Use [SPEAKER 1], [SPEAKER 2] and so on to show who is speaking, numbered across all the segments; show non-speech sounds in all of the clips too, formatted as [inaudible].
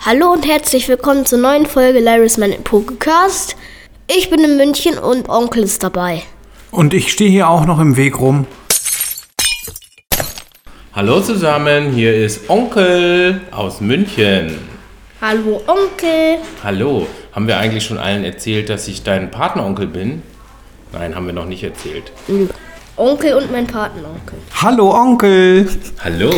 [SPEAKER 1] Hallo und herzlich willkommen zur neuen Folge Larry's Man in Pokecast. Ich bin in München und Onkel ist dabei.
[SPEAKER 2] Und ich stehe hier auch noch im Weg rum.
[SPEAKER 3] Hallo zusammen, hier ist Onkel aus München.
[SPEAKER 1] Hallo Onkel.
[SPEAKER 3] Hallo, haben wir eigentlich schon allen erzählt, dass ich dein Partneronkel bin? Nein, haben wir noch nicht erzählt.
[SPEAKER 1] Onkel und mein Patenonkel.
[SPEAKER 2] Hallo Onkel.
[SPEAKER 3] Hallo.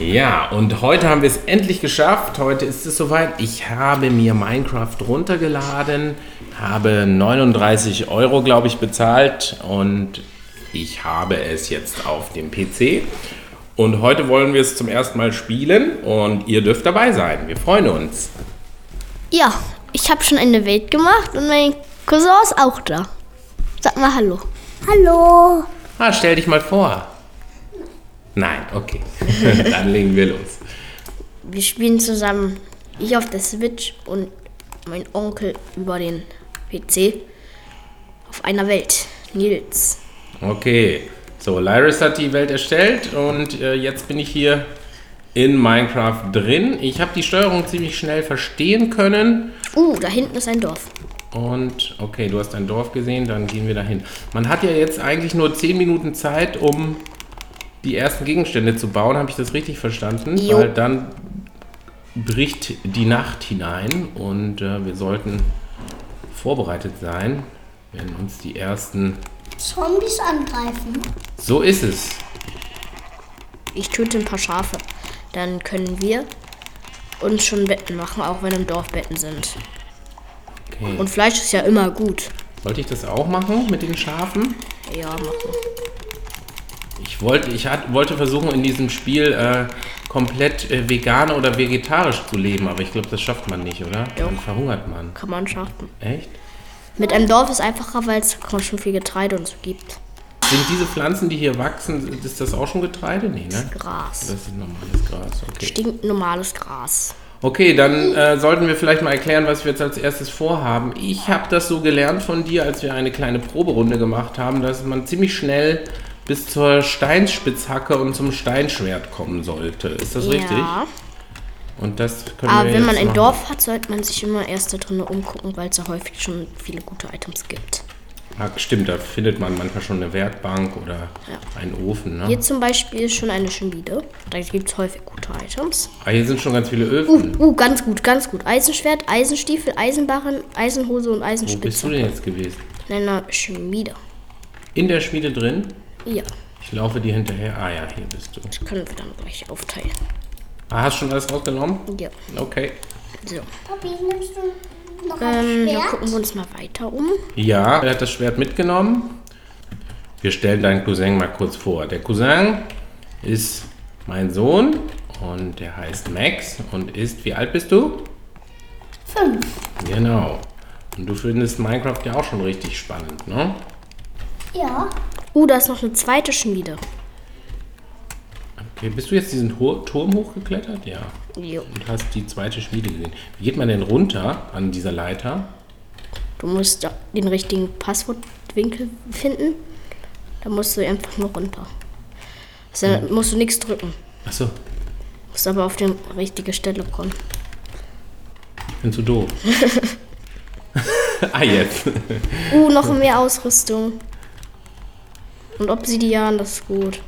[SPEAKER 3] Ja, und heute haben wir es endlich geschafft. Heute ist es soweit. Ich habe mir Minecraft runtergeladen, habe 39 Euro, glaube ich, bezahlt und ich habe es jetzt auf dem PC. Und heute wollen wir es zum ersten Mal spielen und ihr dürft dabei sein. Wir freuen uns.
[SPEAKER 1] Ja, ich habe schon eine Welt gemacht und mein Cousin ist auch da. Sag mal Hallo.
[SPEAKER 4] Hallo.
[SPEAKER 3] Ah, stell dich mal vor. Nein, okay. Dann legen wir los.
[SPEAKER 1] Wir spielen zusammen. Ich auf der Switch und mein Onkel über den PC. Auf einer Welt. Nils.
[SPEAKER 3] Okay, so Lyris hat die Welt erstellt und äh, jetzt bin ich hier in Minecraft drin. Ich habe die Steuerung ziemlich schnell verstehen können
[SPEAKER 1] Uh, da hinten ist ein Dorf.
[SPEAKER 3] und okay, du hast ein Dorf gesehen, dann gehen wir dahin. Man hat ja jetzt eigentlich nur 10 Minuten Zeit, um die ersten Gegenstände zu bauen. Habe ich das richtig verstanden?
[SPEAKER 1] Jo.
[SPEAKER 3] Weil dann bricht die Nacht hinein und äh, wir sollten vorbereitet sein, wenn uns die ersten...
[SPEAKER 4] Zombies angreifen.
[SPEAKER 3] So ist es.
[SPEAKER 1] Ich töte ein paar Schafe. Dann können wir uns schon Betten machen, auch wenn im Dorf Betten sind.
[SPEAKER 3] Okay.
[SPEAKER 1] Und Fleisch ist ja immer gut.
[SPEAKER 3] Sollte ich das auch machen mit den Schafen?
[SPEAKER 1] Ja, machen.
[SPEAKER 3] Ich wollte, ich hat, wollte versuchen, in diesem Spiel äh, komplett äh, vegan oder vegetarisch zu leben, aber ich glaube, das schafft man nicht, oder? Dann verhungert man.
[SPEAKER 1] Kann man schaffen.
[SPEAKER 3] Echt?
[SPEAKER 1] Mit einem Dorf ist einfacher, weil es kaum schon viel Getreide und so gibt.
[SPEAKER 3] Sind diese Pflanzen, die hier wachsen, ist das auch schon Getreide? Nee, ne?
[SPEAKER 1] Gras.
[SPEAKER 3] Das ist normales Gras, okay.
[SPEAKER 1] Stinkt normales Gras.
[SPEAKER 3] Okay, dann äh, sollten wir vielleicht mal erklären, was wir jetzt als erstes vorhaben. Ich habe das so gelernt von dir, als wir eine kleine Proberunde gemacht haben, dass man ziemlich schnell bis zur Steinspitzhacke und zum Steinschwert kommen sollte. Ist das richtig?
[SPEAKER 1] Ja.
[SPEAKER 3] Und das können
[SPEAKER 1] Aber
[SPEAKER 3] wir
[SPEAKER 1] wenn
[SPEAKER 3] jetzt
[SPEAKER 1] man ein
[SPEAKER 3] machen.
[SPEAKER 1] Dorf hat, sollte man sich immer erst da drinnen umgucken, weil es ja häufig schon viele gute Items gibt.
[SPEAKER 3] Ah, stimmt, da findet man manchmal schon eine Werkbank oder einen Ofen. Ne?
[SPEAKER 1] Hier zum Beispiel ist schon eine Schmiede. Da gibt es häufig gute Items.
[SPEAKER 3] Ah, hier sind schon ganz viele
[SPEAKER 1] Uh,
[SPEAKER 3] Öfen.
[SPEAKER 1] uh, ganz gut, ganz gut. Eisenschwert, Eisenstiefel, Eisenbarren, Eisenhose und
[SPEAKER 3] Wo bist du
[SPEAKER 1] Eisenspitze.
[SPEAKER 3] denn jetzt gewesen?
[SPEAKER 1] In einer Schmiede.
[SPEAKER 3] In der Schmiede drin?
[SPEAKER 1] Ja,
[SPEAKER 3] Ich laufe dir hinterher. Ah ja, hier bist du.
[SPEAKER 1] das können wir dann gleich aufteilen.
[SPEAKER 3] Ah, hast schon alles rausgenommen?
[SPEAKER 1] Ja,
[SPEAKER 3] Okay.
[SPEAKER 1] so.
[SPEAKER 4] Papi, nimmst du noch
[SPEAKER 1] Ähm, dann
[SPEAKER 4] ein Schwert?
[SPEAKER 1] gucken wir uns mal weiter um.
[SPEAKER 3] Ja, er hat das Schwert mitgenommen. Wir stellen deinen Cousin mal kurz vor. Der Cousin ist mein Sohn und der heißt Max und ist, wie alt bist du?
[SPEAKER 4] Fünf.
[SPEAKER 3] Genau. Und du findest Minecraft ja auch schon richtig spannend, ne?
[SPEAKER 4] Ja.
[SPEAKER 1] Uh, da ist noch eine zweite Schmiede.
[SPEAKER 3] Okay, bist du jetzt diesen Ho Turm hochgeklettert? Ja.
[SPEAKER 1] Jo.
[SPEAKER 3] Und hast die zweite Schmiede gesehen. Wie geht man denn runter an dieser Leiter?
[SPEAKER 1] Du musst da den richtigen Passwortwinkel finden. Da musst du einfach nur runter. Also, da
[SPEAKER 3] Hm.
[SPEAKER 1] musst du nichts drücken.
[SPEAKER 3] Achso,
[SPEAKER 1] Musst aber auf die richtige Stelle kommen.
[SPEAKER 3] ich bin zu doof. ah, jetzt.
[SPEAKER 1] Uh, noch
[SPEAKER 3] Hm.
[SPEAKER 1] mehr Ausrüstung. Und Obsidian, das ist gut.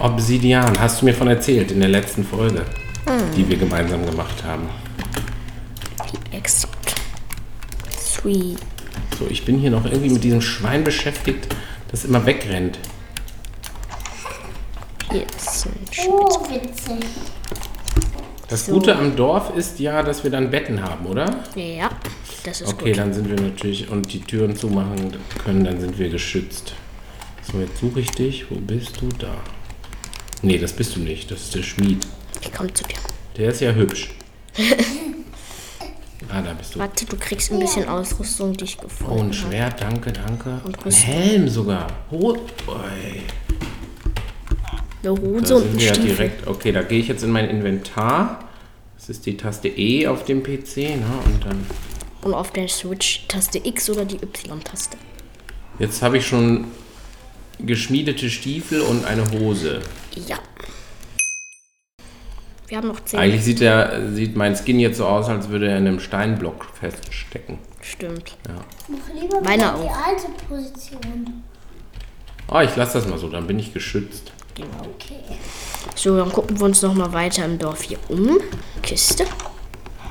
[SPEAKER 3] Obsidian, hast du mir von erzählt in der letzten Folge, die wir gemeinsam gemacht haben.
[SPEAKER 1] Exakt. Sweet.
[SPEAKER 3] So, ich bin hier noch irgendwie mit diesem Schwein beschäftigt, das immer wegrennt.
[SPEAKER 1] Hier ist ein Sch-
[SPEAKER 4] Oh, witzig.
[SPEAKER 3] Das
[SPEAKER 1] So.
[SPEAKER 3] Gute am Dorf ist ja, dass wir dann Betten haben, oder?
[SPEAKER 1] Ja, das ist
[SPEAKER 3] Okay,
[SPEAKER 1] gut.
[SPEAKER 3] dann sind wir natürlich und die Türen zumachen können, dann sind wir geschützt. So, jetzt suche ich dich. Wo bist du da? Nee, das bist du nicht. Das ist der Schmied.
[SPEAKER 1] Ich komme zu dir.
[SPEAKER 3] Der ist
[SPEAKER 1] [laughs]
[SPEAKER 3] ja hübsch. ah, da bist du.
[SPEAKER 1] Warte, du kriegst ein bisschen Ausrüstung, die ich gefunden
[SPEAKER 3] Oh,
[SPEAKER 1] habe.
[SPEAKER 3] ein Schwert, danke, danke.
[SPEAKER 1] Und
[SPEAKER 3] ein
[SPEAKER 1] Rüstung.
[SPEAKER 3] Helm sogar. Rot. Oi.
[SPEAKER 1] Eine
[SPEAKER 3] Da
[SPEAKER 1] Hose und ein
[SPEAKER 3] sind wir ja
[SPEAKER 1] Stiefel.
[SPEAKER 3] direkt. Okay, da gehe ich jetzt in mein Inventar. Das ist die Taste E auf dem PC, ne? Und dann.
[SPEAKER 1] Und auf der Switch Taste X oder die Y-Taste.
[SPEAKER 3] Jetzt habe ich schon geschmiedete Stiefel und eine Hose.
[SPEAKER 1] Ja. Wir haben noch zehn.
[SPEAKER 3] Eigentlich sieht, der, sieht mein Skin jetzt so aus, als würde er in einem Steinblock feststecken.
[SPEAKER 1] Stimmt.
[SPEAKER 4] Mach lieber
[SPEAKER 1] Meine
[SPEAKER 4] wieder die
[SPEAKER 1] auch.
[SPEAKER 4] alte Position.
[SPEAKER 3] Oh, ich lasse das mal so, dann bin ich geschützt.
[SPEAKER 1] Genau.
[SPEAKER 4] Okay.
[SPEAKER 1] So, dann gucken wir uns nochmal weiter im Dorf hier um. Kiste.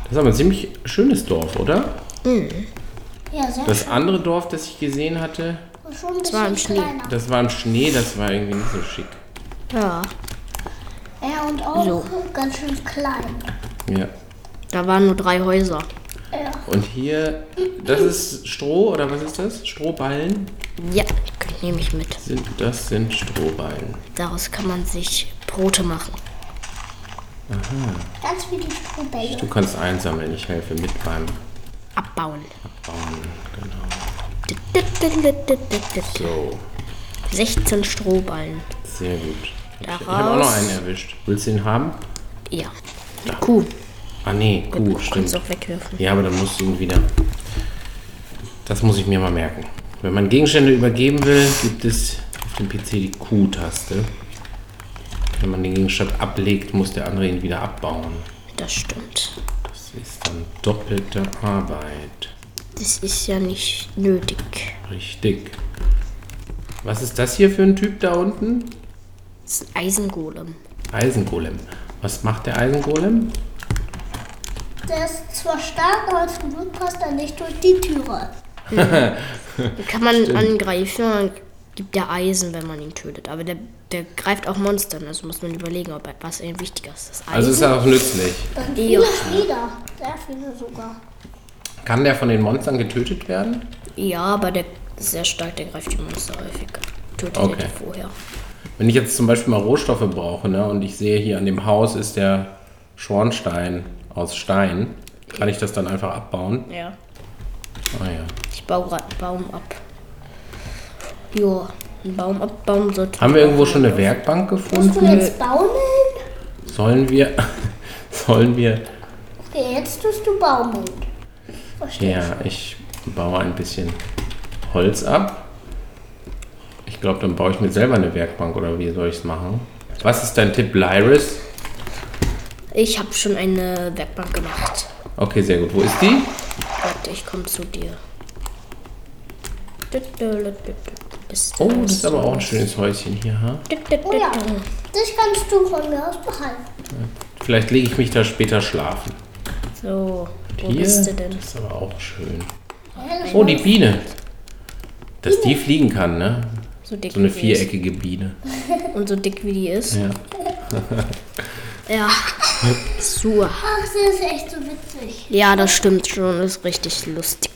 [SPEAKER 3] Das ist aber ein ziemlich schönes Dorf, oder?
[SPEAKER 4] Ja, sehr
[SPEAKER 3] Das andere Dorf, das ich gesehen hatte,
[SPEAKER 4] schön. Schon ein
[SPEAKER 1] war
[SPEAKER 4] bisschen
[SPEAKER 1] im Schnee.
[SPEAKER 4] kleiner.
[SPEAKER 3] das war im Schnee, das war irgendwie nicht so schick.
[SPEAKER 1] Ja.
[SPEAKER 4] Ja, und auch
[SPEAKER 1] So.
[SPEAKER 4] ganz schön klein.
[SPEAKER 3] Ja.
[SPEAKER 1] Da waren nur drei Häuser.
[SPEAKER 4] Ja.
[SPEAKER 3] Und hier, das ist Stroh, oder was ist das? Strohballen?
[SPEAKER 1] Ja, nehme ich mit.
[SPEAKER 3] Sind, das sind Strohballen.
[SPEAKER 1] Daraus kann man sich Brote machen.
[SPEAKER 4] Ganz wie die Strohbälle.
[SPEAKER 3] Du kannst einsammeln, ich helfe mit beim
[SPEAKER 1] Abbauen.
[SPEAKER 3] Bauen. Genau. So,
[SPEAKER 1] 16 Strohballen.
[SPEAKER 3] sehr gut. Ich
[SPEAKER 1] Daraus-
[SPEAKER 3] habe auch noch einen erwischt. Willst du den haben?
[SPEAKER 1] Ja. Kuh.
[SPEAKER 3] Ah nee,
[SPEAKER 1] Du
[SPEAKER 3] Kuh,
[SPEAKER 1] kannst
[SPEAKER 3] stimmt.
[SPEAKER 1] auch wegwerfen.
[SPEAKER 3] Ja, aber dann musst du ihn wieder. Das muss ich mir mal merken. Wenn man Gegenstände übergeben will, gibt es auf dem PC die Q-Taste. Wenn man den Gegenstand ablegt, muss der andere ihn wieder abbauen.
[SPEAKER 1] Das stimmt.
[SPEAKER 3] Das ist dann doppelte Arbeit.
[SPEAKER 1] Das ist ja nicht nötig.
[SPEAKER 3] Richtig. Was ist das hier für ein Typ da unten?
[SPEAKER 1] Das ist ein Eisengolem.
[SPEAKER 3] Eisengolem. Was macht der Eisengolem?
[SPEAKER 4] Der ist zwar stark, aber zum Glück passt er nicht durch die Türe.
[SPEAKER 1] Den kann man angreifen und dann gibt der Eisen, wenn man ihn tötet. Aber der, der greift auch Monstern. Also muss man überlegen, ob was einem wichtiger ist. Das Eisen.
[SPEAKER 3] Also ist er auch nützlich.
[SPEAKER 4] Dann
[SPEAKER 1] Ja.
[SPEAKER 4] viele Schläger. Sehr viele sogar.
[SPEAKER 3] Kann der von den Monstern getötet werden?
[SPEAKER 1] ja, aber der ist sehr stark. Der greift die Monster häufiger. Tötet
[SPEAKER 3] Okay.
[SPEAKER 1] die vorher.
[SPEAKER 3] Wenn ich jetzt zum Beispiel mal Rohstoffe brauche ne, und ich sehe hier an dem Haus ist der Schornstein aus Stein, kann ich das dann einfach abbauen?
[SPEAKER 1] Ja.
[SPEAKER 3] Ah ja.
[SPEAKER 1] Ich baue gerade einen Baum ab. Joa, einen Baum abbauen sollte.
[SPEAKER 3] Haben wir irgendwo schon eine Werkbank
[SPEAKER 4] Musst
[SPEAKER 3] gefunden?
[SPEAKER 4] du jetzt baumeln?
[SPEAKER 3] Sollen wir, [laughs] sollen wir,
[SPEAKER 4] Okay, jetzt tust du baumeln. Verstehe.
[SPEAKER 3] ja, ich baue ein bisschen Holz ab. Ich glaube, dann baue ich mir selber eine Werkbank oder wie soll ich es machen? Was ist dein Tipp, Lyris?
[SPEAKER 1] Ich habe schon eine Werkbank gemacht.
[SPEAKER 3] Okay, sehr gut. Wo ist die?
[SPEAKER 1] Warte, ich komme zu dir. Bist
[SPEAKER 3] Oh, das ist aber auch ein schönes Häuschen hier. Ha?
[SPEAKER 4] Oh ja, das kannst du von mir aus behalten.
[SPEAKER 3] Vielleicht lege ich mich da später schlafen.
[SPEAKER 1] So, wo
[SPEAKER 3] Hier,
[SPEAKER 1] bist du denn?
[SPEAKER 3] das ist aber auch schön.
[SPEAKER 4] Ja, das
[SPEAKER 3] Oh, die Biene. Dass die fliegen kann, ne?
[SPEAKER 1] So dick
[SPEAKER 3] So eine
[SPEAKER 1] wie die ist.
[SPEAKER 3] viereckige Biene.
[SPEAKER 1] Und so dick wie die ist.
[SPEAKER 3] Ja.
[SPEAKER 1] Ja. So.
[SPEAKER 4] Ach, das ist echt so witzig.
[SPEAKER 1] Ja, das stimmt schon. Das ist richtig lustig.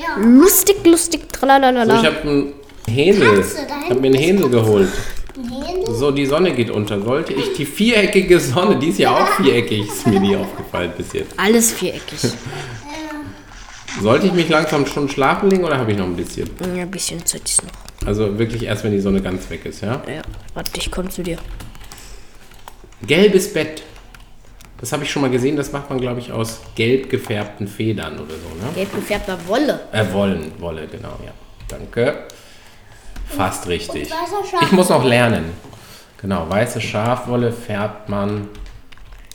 [SPEAKER 4] Ja.
[SPEAKER 3] Hm.
[SPEAKER 1] Lustig, lustig,
[SPEAKER 3] So, ich
[SPEAKER 1] tralalala.
[SPEAKER 3] habe einen Händel.
[SPEAKER 4] Katze, da
[SPEAKER 3] Ich habe mir einen Händel geholt.
[SPEAKER 4] Nee, nee.
[SPEAKER 3] So, die Sonne geht unter. Sollte ich die viereckige Sonne, die ist ja auch viereckig, ist mir nie aufgefallen bis jetzt.
[SPEAKER 1] Alles viereckig.
[SPEAKER 3] Sollte ich mich langsam schon schlafen legen oder habe ich noch ein bisschen?
[SPEAKER 1] Ja, Ein bisschen Zeit ist noch.
[SPEAKER 3] Also wirklich erst, wenn die Sonne ganz weg ist, ja?
[SPEAKER 1] Ja, warte, ich komme zu dir.
[SPEAKER 3] Gelbes Bett. Das habe ich schon mal gesehen. Das macht man, glaube ich, aus gelb gefärbten Federn oder so, ne?
[SPEAKER 1] Gelb gefärbter Wolle.
[SPEAKER 3] Äh, wollen, Wolle, genau, ja. Danke. Fast richtig.
[SPEAKER 4] weißer Schaf.
[SPEAKER 3] Ich muss noch lernen. Genau, weiße Schafwolle färbt man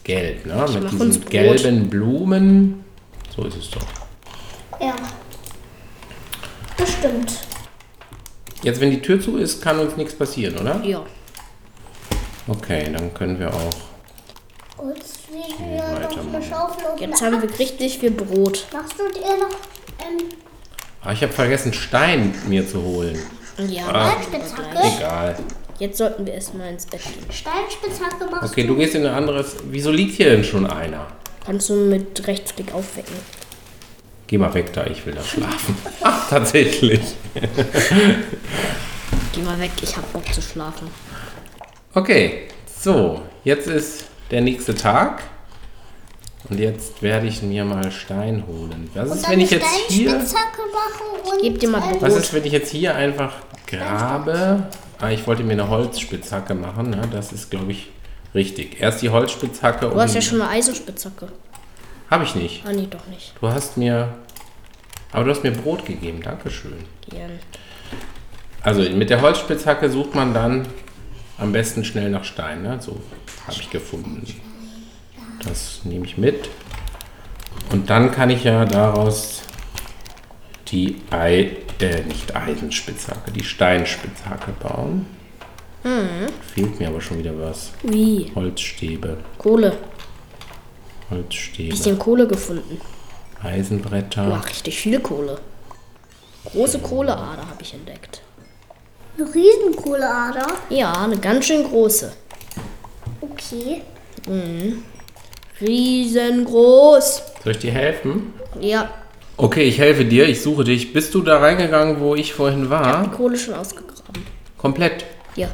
[SPEAKER 3] gelb, ne? Mit
[SPEAKER 1] mach uns
[SPEAKER 3] diesen
[SPEAKER 1] Brot.
[SPEAKER 3] gelben Blumen. So ist es doch.
[SPEAKER 4] Ja. Bestimmt.
[SPEAKER 3] Jetzt, wenn die Tür zu ist, kann uns nichts passieren, oder?
[SPEAKER 1] Ja.
[SPEAKER 3] Okay, dann können wir auch.
[SPEAKER 4] Und jetzt legen wir noch
[SPEAKER 3] weitermachen.
[SPEAKER 4] eine Schaufel und
[SPEAKER 1] Jetzt
[SPEAKER 4] eine
[SPEAKER 1] haben wir richtig viel Brot.
[SPEAKER 4] Machst du dir noch ähm,
[SPEAKER 3] Ah, ich habe vergessen, Stein mir zu holen.
[SPEAKER 1] Ja,
[SPEAKER 3] Ah,
[SPEAKER 1] machen wir gleich.
[SPEAKER 4] Steinspitzhacke?
[SPEAKER 3] Egal.
[SPEAKER 1] Jetzt sollten wir erstmal ins Bett gehen.
[SPEAKER 4] Steinspitzhacke machst
[SPEAKER 3] Okay, du gehst in ein anderes. Wieso liegt hier denn schon einer?
[SPEAKER 1] Kannst du mit Rechtsklick aufwecken.
[SPEAKER 3] Geh mal weg da, ich will da schlafen. [laughs] Ach, tatsächlich.
[SPEAKER 1] Geh mal weg, ich hab Bock zu schlafen.
[SPEAKER 3] Okay, so, jetzt ist der nächste Tag. Und jetzt werde ich mir mal Stein holen. Was
[SPEAKER 4] und
[SPEAKER 3] ist,
[SPEAKER 4] dann
[SPEAKER 3] wenn ich
[SPEAKER 4] eine
[SPEAKER 3] jetzt hier.
[SPEAKER 4] Steinspitzhacke machen und
[SPEAKER 1] Gib dir mal
[SPEAKER 4] ähm,
[SPEAKER 1] Brot.
[SPEAKER 3] Was ist, wenn ich jetzt hier einfach grabe? Ah, ich wollte mir eine Holzspitzhacke machen. Ne? Das ist, glaube ich, richtig. Erst die Holzspitzhacke
[SPEAKER 1] Du hast ja
[SPEAKER 3] und.
[SPEAKER 1] schon eine Eisenspitzhacke.
[SPEAKER 3] Habe ich nicht.
[SPEAKER 1] Ah, nee, doch nicht.
[SPEAKER 3] Du hast mir. Aber du hast mir Brot gegeben. Dankeschön.
[SPEAKER 1] Gern.
[SPEAKER 3] Also mit der Holzspitzhacke sucht man dann am besten schnell nach Stein. Ne? So habe ich gefunden. Das nehme ich mit. Und dann kann ich ja daraus die Ei, äh, nicht Eisenspitzhacke, die Steinspitzhacke bauen. Fehlt mir aber schon wieder was.
[SPEAKER 1] Wie?
[SPEAKER 3] Holzstäbe,
[SPEAKER 1] Kohle.
[SPEAKER 3] Holzstäbe,
[SPEAKER 1] Bisschen Kohle gefunden. Ja,
[SPEAKER 3] Eisenbretter.
[SPEAKER 1] richtig viel Kohle. Große Kohleader habe ich entdeckt.
[SPEAKER 4] Eine Riesenkohleader.
[SPEAKER 1] Ja, eine ganz schön große.
[SPEAKER 4] Okay.
[SPEAKER 1] Riesengroß.
[SPEAKER 3] Soll ich dir helfen?
[SPEAKER 1] Ja,
[SPEAKER 3] Okay, ich helfe dir, ich suche dich. Bist du da reingegangen, wo ich vorhin
[SPEAKER 1] die
[SPEAKER 3] war?
[SPEAKER 1] Kohle schon ausgegraben.
[SPEAKER 3] Komplett.
[SPEAKER 1] Ja.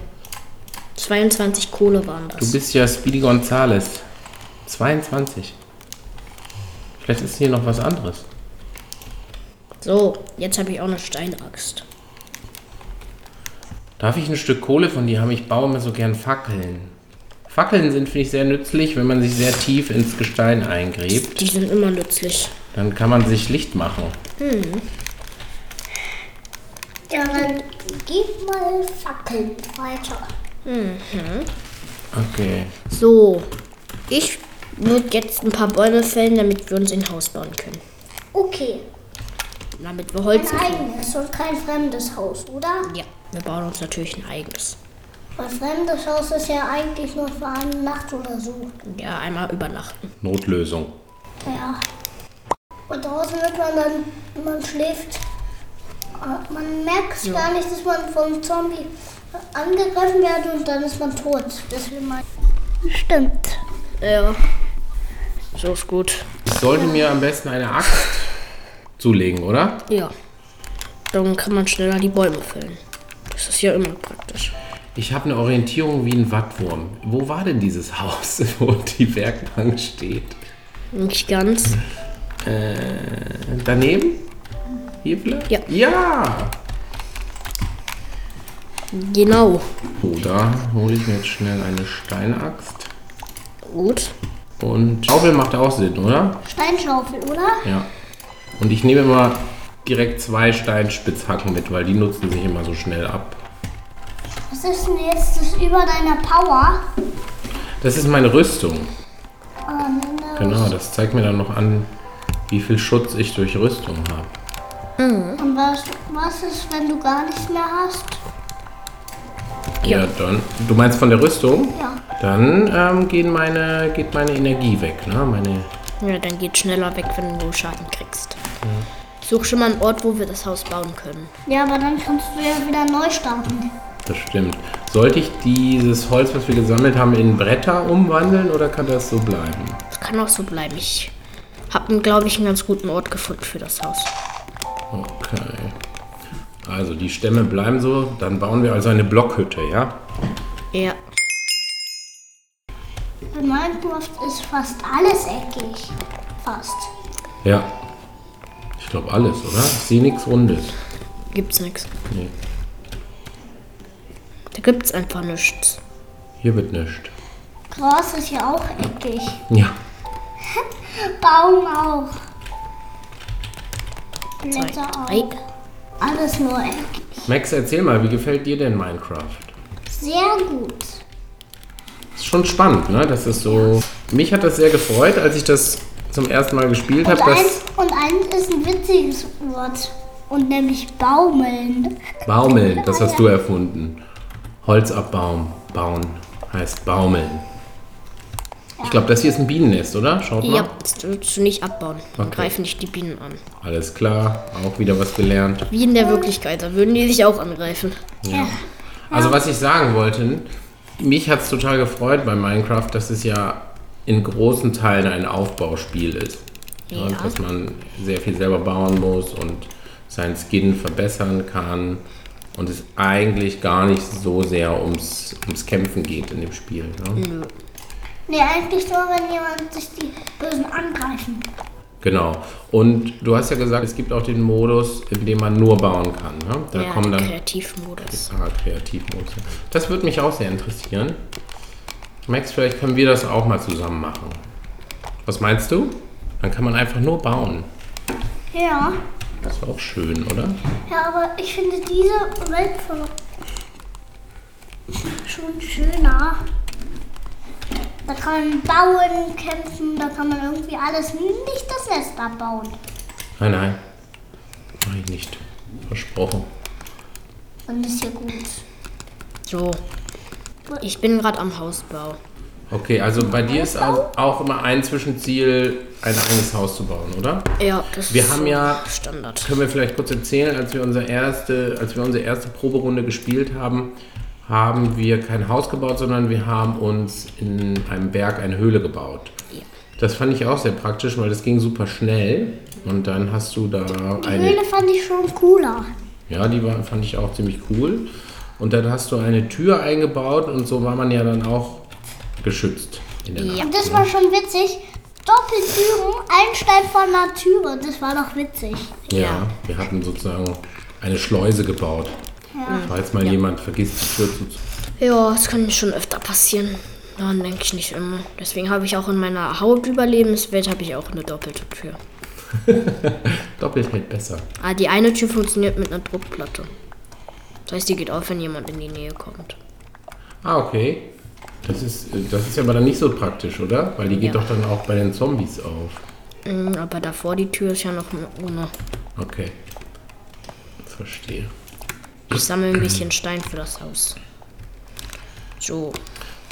[SPEAKER 1] 22 Kohle waren
[SPEAKER 3] Du
[SPEAKER 1] das.
[SPEAKER 3] bist ja Speedy Gonzales. 22. Vielleicht ist hier noch was anderes.
[SPEAKER 1] So, jetzt habe ich auch eine Steinaxt.
[SPEAKER 3] Darf ich ein Stück Kohle von dir haben? Ich baue mir so gern Fackeln. Fackeln sind, finde ich, sehr nützlich, wenn man sich sehr tief ins Gestein eingräbt.
[SPEAKER 1] Die sind immer nützlich.
[SPEAKER 3] Dann kann man sich Licht machen.
[SPEAKER 4] Ja, dann gib mal Fackeln weiter.
[SPEAKER 3] Okay.
[SPEAKER 1] So, ich würde jetzt ein paar Bäume fällen, damit wir uns ein Haus bauen können.
[SPEAKER 4] Okay.
[SPEAKER 1] Damit wir Holz
[SPEAKER 4] Ein eigenes und kein fremdes Haus, oder?
[SPEAKER 1] Ja, wir bauen uns natürlich ein eigenes.
[SPEAKER 4] Weil fremdes Haus ist ja eigentlich nur für eine Nacht oder so.
[SPEAKER 1] Ja, einmal übernachten.
[SPEAKER 3] Notlösung.
[SPEAKER 4] Ja. Und draußen wird man dann, man schläft. äh, Man merkt gar nicht, dass man vom Zombie angegriffen wird und dann ist man tot. Das will man. Stimmt.
[SPEAKER 1] Ja. So ist gut.
[SPEAKER 3] Ich sollte mir am besten eine Axt zulegen, oder?
[SPEAKER 1] Ja. Dann kann man schneller die Bäume fällen. Das ist ja immer praktisch.
[SPEAKER 3] Ich habe eine Orientierung wie ein Wattwurm. Wo war denn dieses [laughs] Haus, wo die Werkbank steht?
[SPEAKER 1] Nicht ganz.
[SPEAKER 3] Daneben? Hier vielleicht?
[SPEAKER 1] Ja.
[SPEAKER 3] Ja!
[SPEAKER 1] Genau.
[SPEAKER 3] Oh, da hole ich mir jetzt schnell eine Steinaxt.
[SPEAKER 1] Gut.
[SPEAKER 3] Und Schaufel macht auch Sinn, oder?
[SPEAKER 4] Steinschaufel, oder?
[SPEAKER 3] Ja. Und ich nehme immer direkt zwei Steinspitzhacken mit, weil die nutzen sich immer so schnell ab.
[SPEAKER 4] Was ist denn jetzt das über deiner Power?
[SPEAKER 3] Das ist meine Rüstung.
[SPEAKER 4] Ähm, ne,
[SPEAKER 3] Genau, das zeigt mir dann noch an, wie viel Schutz ich durch Rüstung habe.
[SPEAKER 4] Und was, was ist, wenn du gar nichts mehr hast?
[SPEAKER 3] Ja. dann. Du meinst von der Rüstung?
[SPEAKER 4] Ja.
[SPEAKER 3] Dann ähm, gehen meine, geht meine Energie weg, ne? Meine.
[SPEAKER 1] Ja, dann geht schneller weg, wenn du Schaden kriegst. Ich suche schon mal einen Ort, wo wir das Haus bauen können.
[SPEAKER 4] Ja, aber dann kannst du ja wieder neu starten.
[SPEAKER 3] Das stimmt. Sollte ich dieses Holz, was wir gesammelt haben, in Bretter umwandeln oder kann das so bleiben?
[SPEAKER 1] Das kann auch so bleiben. Ich habe, glaube ich, einen ganz guten Ort gefunden für das Haus.
[SPEAKER 3] Okay. Also die Stämme bleiben so, dann bauen wir also eine Blockhütte, ja?
[SPEAKER 1] Ja.
[SPEAKER 4] In Minecraft ist fast alles eckig. Fast.
[SPEAKER 3] Ja. Ich glaube alles, oder? Ich sehe nichts Rundes.
[SPEAKER 1] Gibt's nichts.
[SPEAKER 3] Nee.
[SPEAKER 1] Da gibt's einfach nichts.
[SPEAKER 3] Hier wird nichts.
[SPEAKER 4] Gras ist ja auch eckig.
[SPEAKER 3] Ja.
[SPEAKER 4] Baum auch.
[SPEAKER 1] Zwei,
[SPEAKER 4] Blätter
[SPEAKER 1] drei.
[SPEAKER 4] auch. Alles nur eckig.
[SPEAKER 3] Max, erzähl mal, wie gefällt dir denn Minecraft?
[SPEAKER 4] Sehr gut.
[SPEAKER 3] Ist schon spannend, ne? Das ist so. Mich hat das sehr gefreut, als ich das zum ersten Mal gespielt
[SPEAKER 4] Und
[SPEAKER 3] habe.
[SPEAKER 4] eins,
[SPEAKER 3] Das
[SPEAKER 4] und eins ist ein witziges Wort. Und nämlich baumeln.
[SPEAKER 3] Baumeln, das hast du erfunden. Holz abbauen, bauen heißt Baumeln. Ich glaube, das hier ist ein Bienennest, oder? Schaut mal.
[SPEAKER 1] Ja, das darfst du nicht abbauen.
[SPEAKER 3] Okay.
[SPEAKER 1] Und greif nicht die Bienen an.
[SPEAKER 3] Alles klar, auch wieder was gelernt.
[SPEAKER 1] Wie in der Wirklichkeit, da würden die sich auch angreifen.
[SPEAKER 3] Also was ich sagen wollte, mich hat es total gefreut bei Minecraft, dass es ja in großen Teilen ein Aufbauspiel ist. Ja.
[SPEAKER 1] Ja.
[SPEAKER 3] Dass man sehr viel selber bauen muss und seinen Skin verbessern kann und es eigentlich gar nicht so sehr ums, ums Kämpfen geht in dem Spiel. Ne?
[SPEAKER 4] Nee, eigentlich nur, wenn jemand sich die Bösen angreifen.
[SPEAKER 3] Genau. Und du hast ja gesagt, es gibt auch den Modus, in dem man nur bauen kann. Ne? Da
[SPEAKER 1] ja,
[SPEAKER 3] kommen dann
[SPEAKER 1] Kreativmodus.
[SPEAKER 3] Ah, Kreativmodus. Das würde mich auch sehr interessieren. Max, vielleicht können wir das auch mal zusammen machen. Was meinst du? Dann kann man einfach nur bauen.
[SPEAKER 4] Ja.
[SPEAKER 3] Das ist auch schön, oder?
[SPEAKER 4] Ja, aber ich finde diese Welt von schon schöner. Da kann man bauen, kämpfen, da kann man irgendwie alles nicht das Nest abbauen.
[SPEAKER 3] Nein, nein. Mach ich nicht. Versprochen.
[SPEAKER 4] Und ist hier gut.
[SPEAKER 1] So. Ich bin gerade am Hausbau.
[SPEAKER 3] Okay, also bei dir ist auch, auch immer ein Zwischenziel, ein eigenes Haus zu bauen, oder?
[SPEAKER 1] Ja, das
[SPEAKER 3] Wir
[SPEAKER 1] ist
[SPEAKER 3] haben
[SPEAKER 1] so
[SPEAKER 3] ja-
[SPEAKER 1] Standard.
[SPEAKER 3] Können wir vielleicht kurz erzählen, als wir unsere erste, als wir unsere erste Proberunde gespielt haben, haben wir kein Haus gebaut, sondern wir haben uns in einem Berg eine Höhle gebaut. Das fand ich auch sehr praktisch, weil das ging super schnell und dann hast du da
[SPEAKER 4] Die
[SPEAKER 3] eine
[SPEAKER 4] Höhle fand ich schon cooler.
[SPEAKER 3] Ja, die war, fand ich auch ziemlich cool. Und dann hast du eine Tür eingebaut und so war man ja dann auch geschützt in der Nacht.
[SPEAKER 4] Und das war schon witzig. Doppeltüren, ein Stein von einer Tür. Das war doch witzig.
[SPEAKER 3] Ja. wir hatten sozusagen eine Schleuse gebaut. Falls mal jemand vergisst, die Tür zu.
[SPEAKER 1] Ja, das kann schon öfter passieren. Daran denke ich nicht immer. Deswegen habe ich auch in meiner Hautüberlebenswelt habe ich auch eine doppelte Tür.
[SPEAKER 3] Doppelt hält besser.
[SPEAKER 1] Ah, die eine Tür funktioniert mit einer Druckplatte. Das heißt, die geht auf, wenn jemand in die Nähe kommt.
[SPEAKER 3] Ah, okay. Das ist, äh, das ist ja aber dann nicht so praktisch, oder? Weil die geht
[SPEAKER 1] Ja.
[SPEAKER 3] doch dann auch bei den Zombies auf.
[SPEAKER 1] Mm, Aber davor die Tür ist ja noch ohne.
[SPEAKER 3] Okay. Verstehe.
[SPEAKER 1] Ich sammle ein bisschen Stein für das Haus. So,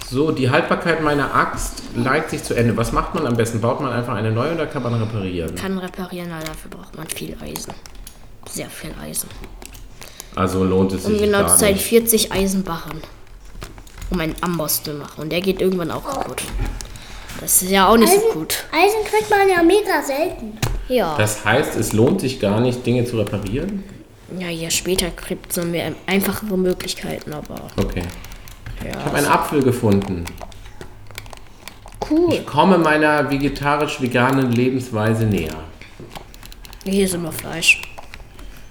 [SPEAKER 3] So, die Haltbarkeit meiner Axt neigt sich zu Ende. Was macht man am besten? Baut man einfach eine neue oder kann man reparieren?
[SPEAKER 1] kann reparieren, aber dafür braucht man viel Eisen. Sehr viel Eisen.
[SPEAKER 3] Also lohnt es sich
[SPEAKER 1] Um genau
[SPEAKER 3] gar
[SPEAKER 1] zu sein,
[SPEAKER 3] nicht.
[SPEAKER 1] 40 Eisenbarren. Um einen Amboss zu machen. Und der geht irgendwann auch kaputt. Das ist ja auch nicht so
[SPEAKER 4] Eisen-
[SPEAKER 1] gut.
[SPEAKER 4] Eisen kriegt man ja mega selten.
[SPEAKER 1] Also, Ja.
[SPEAKER 3] Das heißt, es lohnt sich gar nicht, Dinge zu reparieren?
[SPEAKER 1] Ja, ja, später kriegt man mehr einfachere Möglichkeiten, aber.
[SPEAKER 3] Okay. Ich habe
[SPEAKER 1] Ja.
[SPEAKER 3] einen Apfel gefunden.
[SPEAKER 1] Cool.
[SPEAKER 3] Ich komme meiner vegetarisch-veganen Lebensweise näher.
[SPEAKER 1] Hier ist immer Fleisch.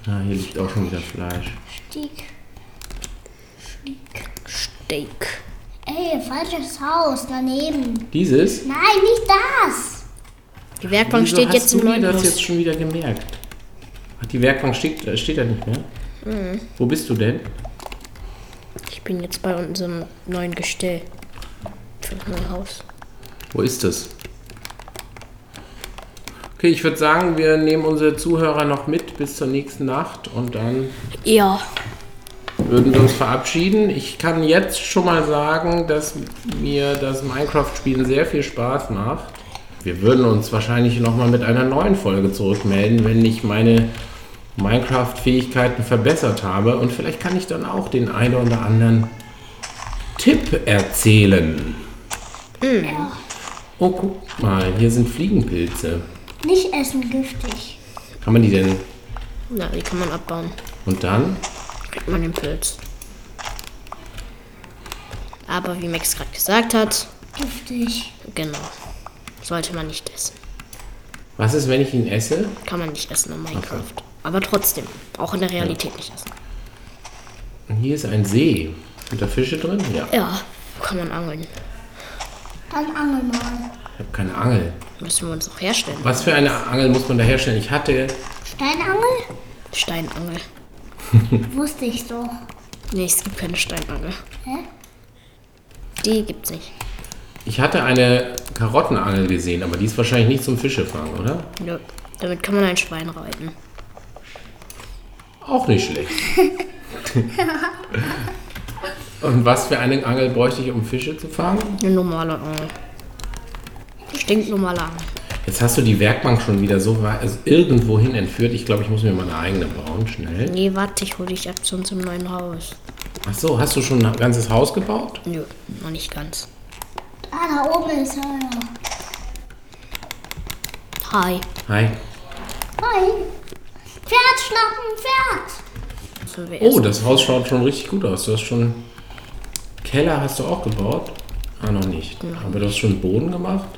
[SPEAKER 3] Ah, hier liegt auch schon wieder Fleisch.
[SPEAKER 4] Stieg.
[SPEAKER 1] Steak.
[SPEAKER 4] Ey, falsches Haus daneben.
[SPEAKER 3] Dieses?
[SPEAKER 4] Nein, nicht das.
[SPEAKER 1] Die Werkbank
[SPEAKER 3] Wieso
[SPEAKER 1] steht
[SPEAKER 3] hast
[SPEAKER 1] jetzt
[SPEAKER 3] du
[SPEAKER 1] im
[SPEAKER 3] mir
[SPEAKER 1] neuen
[SPEAKER 3] das
[SPEAKER 1] Haus.
[SPEAKER 3] jetzt schon wieder gemerkt? Ach, die Werkbank steht, äh, steht da nicht mehr?
[SPEAKER 1] Mhm.
[SPEAKER 3] Wo bist du denn?
[SPEAKER 1] Ich bin jetzt bei unserem neuen Gestell. Für das neue Haus.
[SPEAKER 3] Wo ist das? Okay, ich würde sagen, wir nehmen unsere Zuhörer noch mit bis zur nächsten Nacht und dann
[SPEAKER 1] Ja.
[SPEAKER 3] würden wir uns verabschieden. Ich kann jetzt schon mal sagen, dass mir das Minecraft-Spielen sehr viel Spaß macht. Wir würden uns wahrscheinlich nochmal mit einer neuen Folge zurückmelden, wenn ich meine Minecraft-Fähigkeiten verbessert habe. Und vielleicht kann ich dann auch den einen oder anderen Tipp erzählen. Oh, guck mal, hier sind Fliegenpilze.
[SPEAKER 4] Nicht essen, giftig.
[SPEAKER 3] Kann man die denn?
[SPEAKER 1] Na, die kann man abbauen.
[SPEAKER 3] Und dann?
[SPEAKER 1] Kriegt man den Pilz. Aber wie Max gerade gesagt hat,
[SPEAKER 4] Giftig.
[SPEAKER 1] genau. Sollte man nicht essen.
[SPEAKER 3] Was ist, wenn ich ihn esse?
[SPEAKER 1] Kann man nicht essen in Minecraft. Aber trotzdem. Auch in der Realität nicht essen.
[SPEAKER 3] Und hier ist ein See. Sind da Fische drin? Ja.
[SPEAKER 1] Ja. Kann man angeln.
[SPEAKER 4] Dann angel mal.
[SPEAKER 3] Ich habe keine Angel.
[SPEAKER 1] Müssen wir uns auch herstellen.
[SPEAKER 3] Was für eine Angel muss man da herstellen? Ich hatte.
[SPEAKER 4] Steinangel?
[SPEAKER 1] Steinangel.
[SPEAKER 4] Wusste ich so.
[SPEAKER 1] Nee, es gibt keine Steinangel.
[SPEAKER 4] Hä?
[SPEAKER 1] Die gibt's nicht.
[SPEAKER 3] Ich hatte eine Karottenangel gesehen, aber die ist wahrscheinlich nicht zum Fischefangen, oder?
[SPEAKER 1] Nö. Damit kann man ein Schwein reiten.
[SPEAKER 3] Auch nicht schlecht. Und was für eine Angel bräuchte ich, um Fische zu fangen?
[SPEAKER 1] Eine normale Angel. Stinknormale Angel.
[SPEAKER 3] Jetzt hast du die Werkbank schon wieder so weit, also irgendwo hin entführt. Ich glaube, ich muss mir mal eine eigene bauen, schnell.
[SPEAKER 1] Nee, warte, ich hole dich ab zu uns im neuen Haus.
[SPEAKER 3] Ach so, hast du schon ein ganzes Haus gebaut?
[SPEAKER 1] Nö, noch nicht ganz.
[SPEAKER 4] Ah, da oben ist er.
[SPEAKER 1] Hi.
[SPEAKER 3] Hi.
[SPEAKER 4] Hi. Pferd schnappen, Pferd.
[SPEAKER 1] Müssen wir
[SPEAKER 3] Oh,
[SPEAKER 1] erst-
[SPEAKER 3] das Haus schaut schon richtig gut aus. Du hast schon. Keller hast du auch gebaut? Ah, noch nicht. Aber du hast schon Boden gemacht?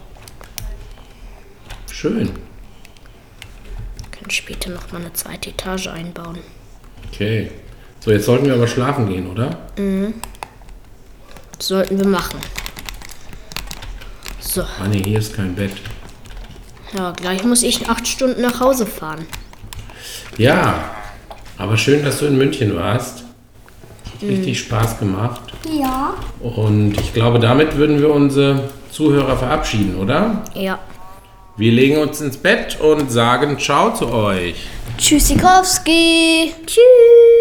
[SPEAKER 3] Schön.
[SPEAKER 1] Wir können später noch mal eine zweite Etage einbauen.
[SPEAKER 3] Okay. So, jetzt sollten wir aber schlafen gehen, oder?
[SPEAKER 1] Das sollten wir machen. So,
[SPEAKER 3] Ah, nee, hier ist kein Bett.
[SPEAKER 1] ja, gleich muss ich acht Stunden nach Hause fahren.
[SPEAKER 3] Ja, aber schön, dass du in München warst. Hat Richtig Spaß gemacht.
[SPEAKER 4] Ja.
[SPEAKER 3] Und ich glaube, damit würden wir unsere Zuhörer verabschieden, oder?
[SPEAKER 1] Ja.
[SPEAKER 3] Wir legen uns ins Bett und sagen Ciao zu euch.
[SPEAKER 1] Tschüssikowski. Tschüss.